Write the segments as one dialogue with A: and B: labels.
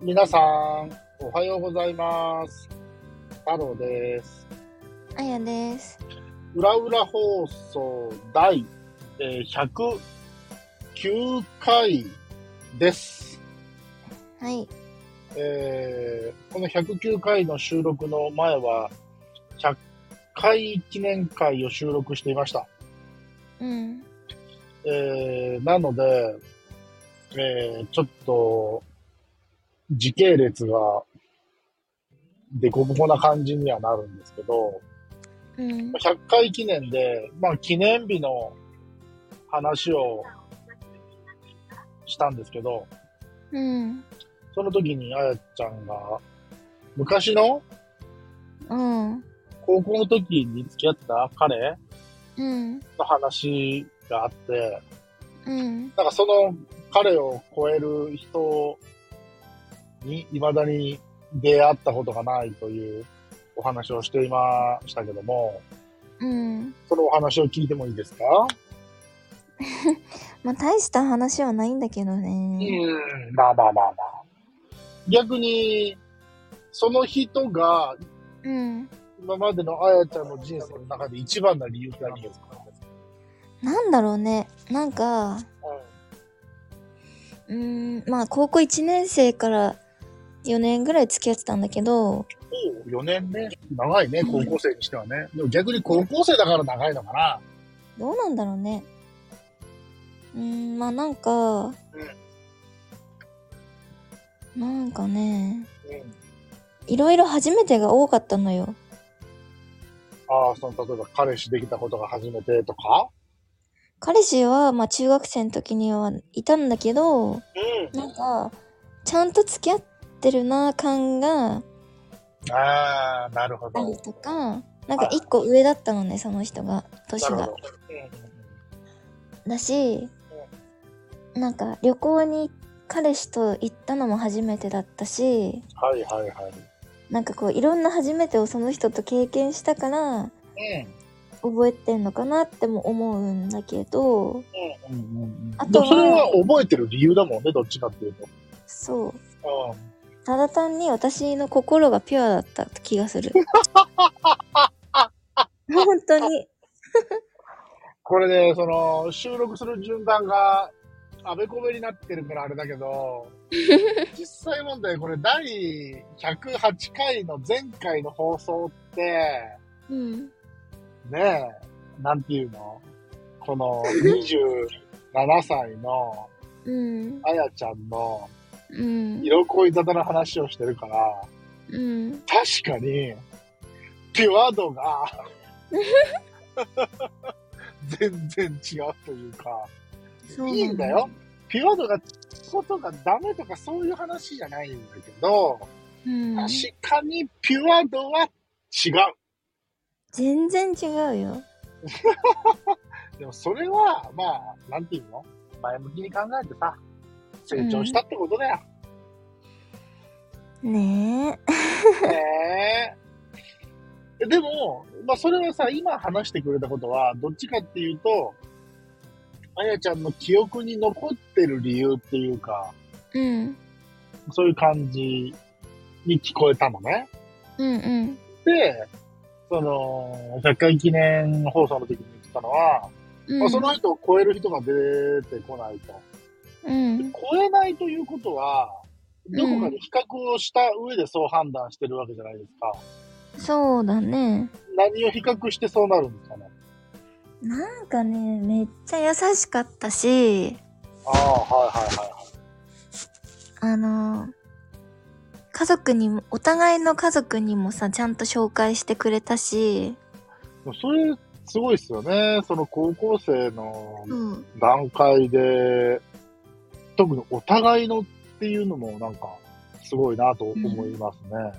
A: 皆さん、おはようございます。太郎です。
B: あやです。
A: 裏裏放送第えー109回です。
B: はい。
A: えーこの109回の収録の前は、100回記念会を収録していました。
B: うん。
A: えーなので、えーちょっと、時系列が、でこぼこな感じにはなるんですけど、
B: うん。
A: 100回記念で、まあ、記念日の話をしたんですけど、
B: うん。
A: その時にあやちゃんが、昔の
B: うん。
A: 高校の時に付き合ってた彼
B: うん。
A: の話があって、
B: うん。
A: なんかその彼を超える人に未だに出会ったことがないというお話をしていましたけども、
B: うん。
A: そのお話を聞いてもいいですか
B: まあ、大した話はないんだけどね。
A: うん、まあまあまあまあ。逆に、その人が
B: うん。
A: 今までのあやちゃんの人生の中で一番な理由って何ですか、
B: なんだろうね。なんか、うーん、まあ、高校1年生から4年ぐらい付き合ってたんだけど、
A: おう4年ね。長いね、高校生にしてはね。でも逆に高校生だから長いのかな。
B: どうなんだろうね。うーん、まあ、なんか、なんかね、
A: うん。
B: いろいろ初めてが多かったのよ。
A: ああ、その、例えば彼氏できたことが初めてとか
B: 彼氏は、まあ、中学生の時にはいたんだけど、
A: う
B: なんかちゃんと付き合ってるな感が
A: ん。ああ、なるほ
B: あ
A: ど。
B: るとかなんか一個上だったのねその人が年
A: なるほ
B: が
A: ど。
B: だしなんか旅行に彼氏と行ったのも初めてだったし
A: はいはいはい。
B: なんかこういろんな初めてをその人と経験したから覚えてんのかなっても思うんだけど
A: うん。うんうんうん。
B: あ
A: で
B: とは
A: もそれは覚えてる理由だもんね、どっちかっていうと。
B: そう
A: うん。
B: ただ単に私の心がピュアだった気がす る本当に
A: これね、その、収録する順番が、あべこべになってるからあれだけど、実際問題、これ第108回の前回の放送って、
B: うん
A: ねえ、なんていうのこの27歳の
B: うん
A: あやちゃんの
B: うん
A: 色恋沙汰の話をしてるから、
B: うん
A: 確かに、ピュア度が、全然違うというか、
B: そうなの
A: いいんだよ。。ピュア度が、ことがダメとかそういう話じゃないんだけど、
B: うん、
A: 確かにピュア度は違う。
B: 全然違うよ。
A: でもそれは、まあ、なんていうの前向きに考えてさ、成長したってことだよ。
B: ねえ。
A: ねえ。でも、まあそれはさ、今話してくれたことは、どっちかっていうと、あやちゃんの記憶に残ってる理由っていうか、
B: うん。
A: そういう感じに聞こえたのね。
B: うんうん。
A: で、その、100回記念放送の時に言ってたのは、
B: うん、
A: まあ、その人を超える人が出てこないと。
B: うん。
A: 超えないということは、どこかで比較をした上でそう判断してるわけじゃないですか。
B: そうだね。
A: 何を比較してそうなるんですかね。
B: なんかね、めっちゃ優しかったし、
A: ああ、はいはいはいはい。
B: あの、家族にも、お互いの家族にもさ、ちゃんと紹介してくれたし、
A: でもそれ、すごいですよね。その高校生の
B: うん。
A: 段階で、特にお互いのっていうのもなんか、すごいなと思いますね。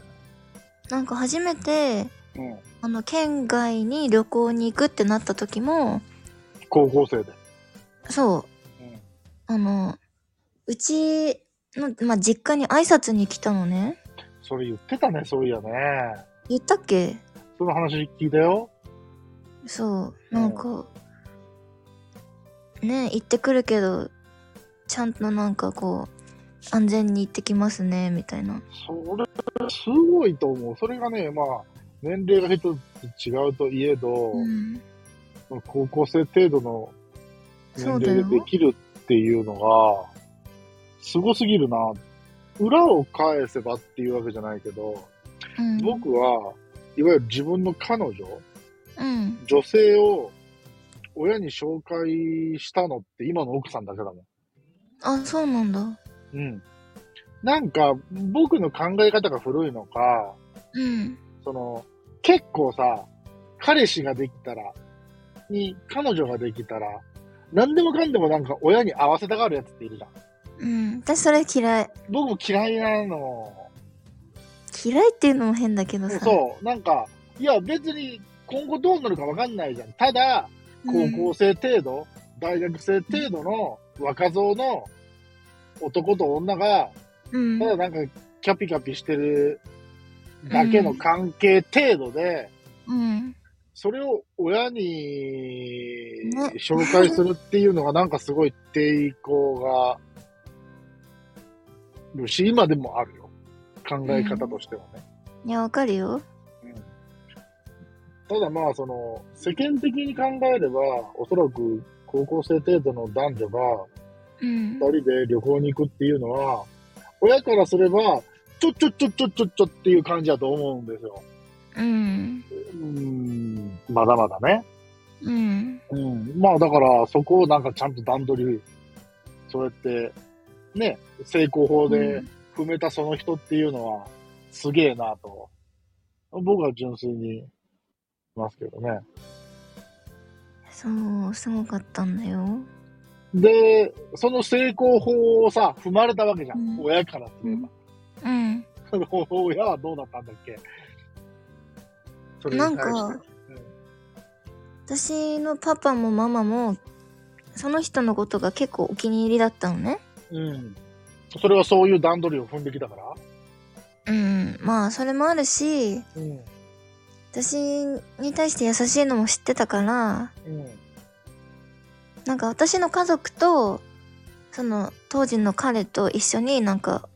B: なんか初めて、
A: うん。
B: あの、県外に旅行に行くってなった時も、
A: 高校生で。
B: そう、
A: うん
B: あの、うちの、まあ、実家に挨拶に来たのね。
A: それ言ってたね、そういやね。
B: 言ったっけ
A: その話聞いたよ。
B: そう、なんか、ね、行ってくるけど、ちゃんとなんかこう、安全に行ってきますね、みたいな。
A: それ、すごいと思う。それがね、まあ、年齢が一つ違うといえど、
B: うん。
A: まあ高校生程度の
B: そう
A: 年
B: だよ
A: 齢でできるっていうのが、すごすぎるな。裏を返せばっていうわけじゃないけど、
B: うん、
A: 僕は、いわゆる自分の彼女、
B: うん。
A: 女性を親に紹介したのって今の奥さんだけだもん。
B: あ、そうなんだ。
A: うん。なんか、僕の考え方が古いのか、
B: うん。
A: その、結構さ、彼氏ができたら、に、彼女ができたら、何でもかんでもなんか親に合わせたがるやつっているじゃん。
B: うん。私それ嫌い。
A: 僕も嫌いなの。
B: 嫌いっていうのも変だけどさ。
A: そう、なんか、いや別に今後どうなるかわかんないじゃん。ただ、
B: う
A: 高
B: ん
A: 校生程度、大学生程度の若造の男と女が、
B: うん
A: た。だなんかキャピキャピしてるだけの関係程度で、
B: うん。
A: それを親に
B: ね
A: 紹介するっていうのがなんかすごい抵抗があるし、今でもあるよ。考え方としてはね。
B: いや、わかるよ。
A: ただまあ、その、世間的に考えれば、おそらく高校生程度の男女が
B: う
A: 二
B: ん。
A: 人で旅行に行くっていうのは、親からすれば、ちょちょちょちょちょちょっていう感じだと思うんですよ。
B: うん。
A: うーん、まだまだね。
B: うん。
A: うん、まあだからそこをなんかちゃんと段取り、そうやって、ね、成功法
B: う
A: で
B: ん
A: 踏めたその人っていうのはすげえなと、僕は純粋にいますけどね。
B: そう、すごかったんだよ。
A: で、その成功法をさ、踏まれたわけじゃん。
B: うん
A: 親からすれば。
B: うん。
A: その 親はどうだったんだっけそれに
B: な
A: 対し
B: ん
A: て
B: か、私のパパもママも、その人のことが結構お気に入りだったのね。
A: うん。それはそういう段取りを踏んできたから
B: うん。まあ、それもあるし、
A: うん。
B: 私に対して優しいのも知ってたから、
A: うん。
B: なんか私の家族と、その当時の彼と一緒になんか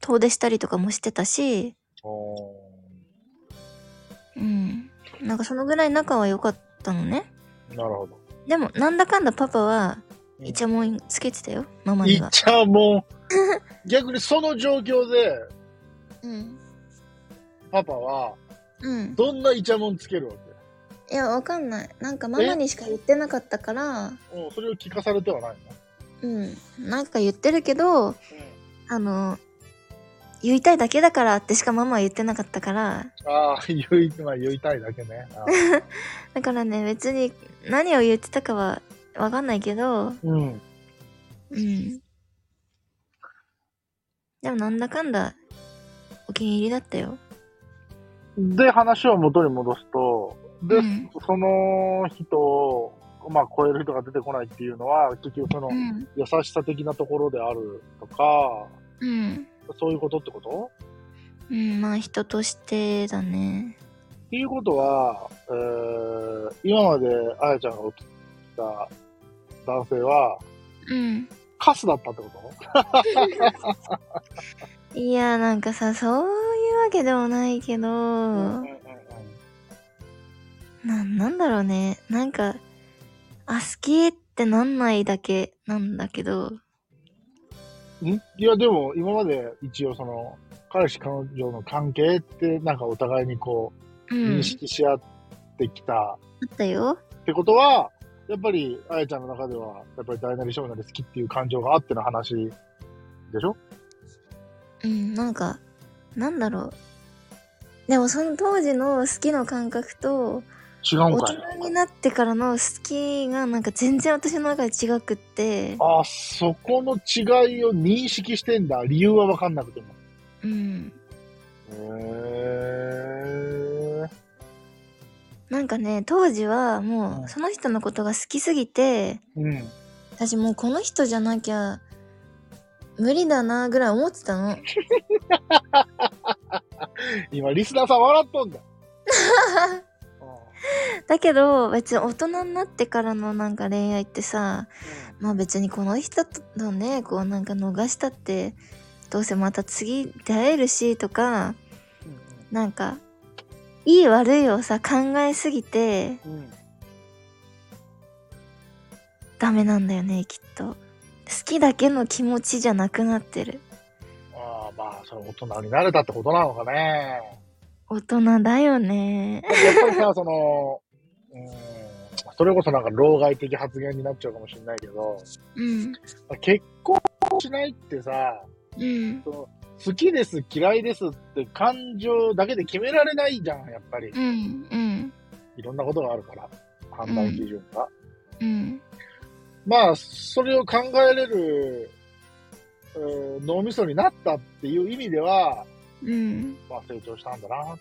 B: 遠出したりとかもしてたし、
A: お
B: うん。なんかそのぐらい仲は良かったのね。
A: ーなるほど。
B: でもなんだかんだパパは
A: うん
B: イチャモンつけてたよ、ママ
A: い
B: に
A: っ
B: は。
A: ちゃうもん。逆にその状況で、
B: うん。
A: パパは、
B: うん。
A: どんなイチャモンつけるわけ
B: いや、わかんない。なんかママにしか言ってなかったか
A: う
B: ら、
A: ん、それを聞かされてはないの
B: うん。なんか言ってるけど、あの、言いたいだけだからってしかママは言ってなかったから、
A: ああ、言い、まあ言いたいだけね。あー
B: だからね、別に何を言ってたかはわかんないけど、
A: うん。
B: うん。でもなんだかんだお気に入りだったよ。
A: で、話を元に戻すと、で、
B: うん
A: その人を、まあ超える人が出てこないっていうのは、結局その、
B: ん。
A: 優しさ的なところであるとか、
B: うん。
A: そういうことってこと
B: うん、まあ人としてだね。
A: っていうことは、えー、今まであやちゃんが起きた男性は、
B: うん。
A: カスだったってこと
B: いや、なんかさ、そういうわけでもないけど、
A: うんうんうん
B: なん、なんだろうね。なんか、あ、好きってなんないだけなんだけど、
A: うんんいやでも今まで一応その彼氏彼女の関係ってなんかお互いにこ
B: う。
A: うん認識し合ってきた
B: あったよ。
A: ってことは、やっぱりあやちゃんの中ではやっぱり大なり小なり好きっていう感情があっての話でしょ
B: うん、なんか、なんだろう。でもその当時の好きの感覚と、
A: 違うん
B: 大
A: かい
B: 人になってからの好きがなんか全然私の中で違くって、
A: あそこの違いを認識してんだ理由は分かんなくても
B: うん、
A: へえ
B: なんかね当時はも
A: うん
B: うその人のことが好きすぎて
A: うん
B: 私もうこの人じゃなきゃ無理だなぐらい思ってたの
A: 今リスナーさん笑っとんだよ
B: だけど別に大人になってからのなんか恋愛ってさまあ別にこの人とのねこうなんか逃したってどうせまた次出会えるしとか
A: うん
B: なんかいい悪いをさ考えすぎて
A: うんうん
B: ダメなんだよねきっと好きだけの気持ちじゃなくなってる
A: ああまあそれ大人になれたってことなのかね
B: 大人だよ
A: や
B: ね
A: っぱりさそのうーんそれこそなんか老害的発言になっちゃうかもしれないけど
B: うん
A: 結婚しないってさ
B: うん
A: その好きです嫌いですって感情だけで決められないじゃんやっぱり
B: うんうん
A: いろんなことがあるから判断基準が、
B: うん
A: まあそれを考えれるうー脳みそになったっていう意味では、
B: うん
A: まあ、成長したんだなっ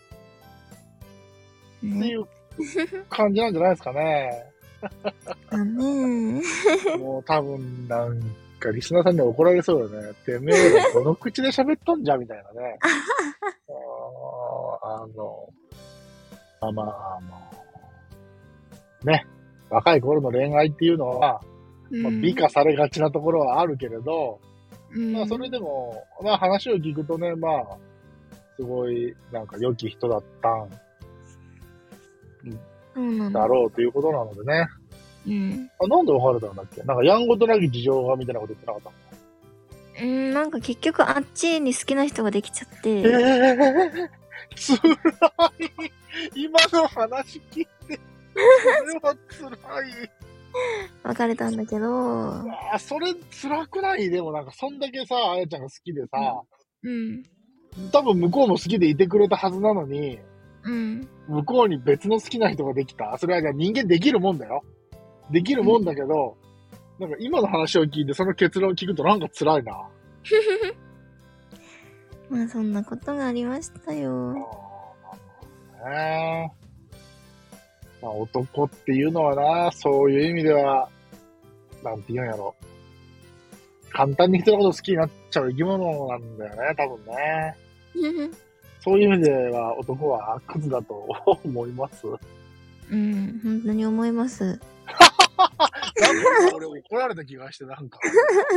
B: ね
A: ていう感じなんじゃないですかね。
B: だね
A: もう多分なんかリスナーさんに怒られそうだね。てめえらこの口で喋っとんじゃみたいな ね。あーあの、まあまあ、あの、ね、若い頃の恋愛っていうのは、まあ美化されがちなところはあるけれど、
B: うん
A: まあそれでも、まあ話を聞くとね、まあ、すごいなんか良き人だったん
B: そうなん
A: だろうということなのでね。
B: うん、
A: あなんで別れたんだっけなんかやんごとなき事情がみたいなこと言ってなかった
B: うん、なんか結局あっちに好きな人ができちゃって、
A: えー、つらい。今の話聞いて、それはつらい。
B: 別れたんだけど、
A: あ、それつらくないでもなんか、そんだけさ、あやちゃんが好きでさ、
B: うん、
A: 多分向こうも好きでいてくれたはずなのに、
B: うん、
A: 向こうに別の好きな人ができた。それはじゃあ人間できるもんだよ。できるもんだけど、なんか今の話を聞いて、その結論を聞くとなんか辛いな。
B: まあそんなことがありまし たよ。
A: あーねまあ、男っていうのはな、そういう意味では、なんて言うんやろ。簡単に人のこと好きになっちゃう生き物なんだよね、多分ね。そういう意味では男はクズだと思います。なん
B: うん、本当に思います。
A: か俺怒られた気がして、なんか、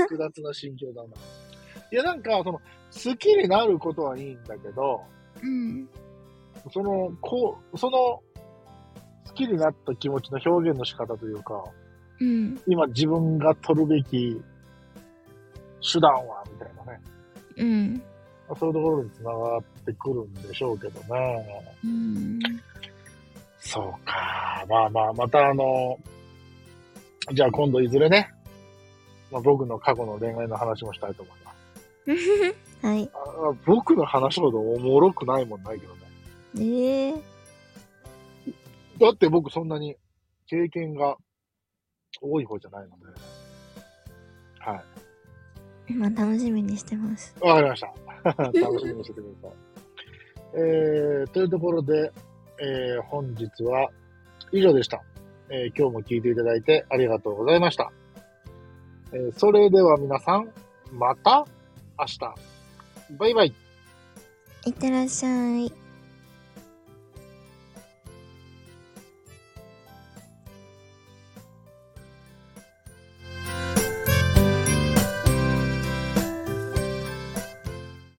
A: 複雑な心境だな。いや、なんか、その、好きになることはいいんだけど、
B: うん、
A: その、こう、その、好きになった気持ちの表現の仕方というか、
B: うん、
A: 今自分が取るべき手段は、みたいなね。
B: うん、
A: そういうところに繋がってくるんでしょうけどね。
B: うん、
A: そうか。まあまあ、またあの、じゃあ今度いずれね、まあ、僕の過去の恋愛の話もしたいと思います。
B: はい。
A: あ僕の話ほどおもろくないもんないけどね。
B: ええ
A: だって僕そんなに経験が多い方じゃないので。はい。
B: まあ楽しみにしてます。
A: わかりました。楽しみにしててください。えー、というところで、えー本日は以上でした、えー今日も聞いていただいてありがとうございました。えーそれでは皆さん、また明日。バイバイ。
B: いってらっしゃい。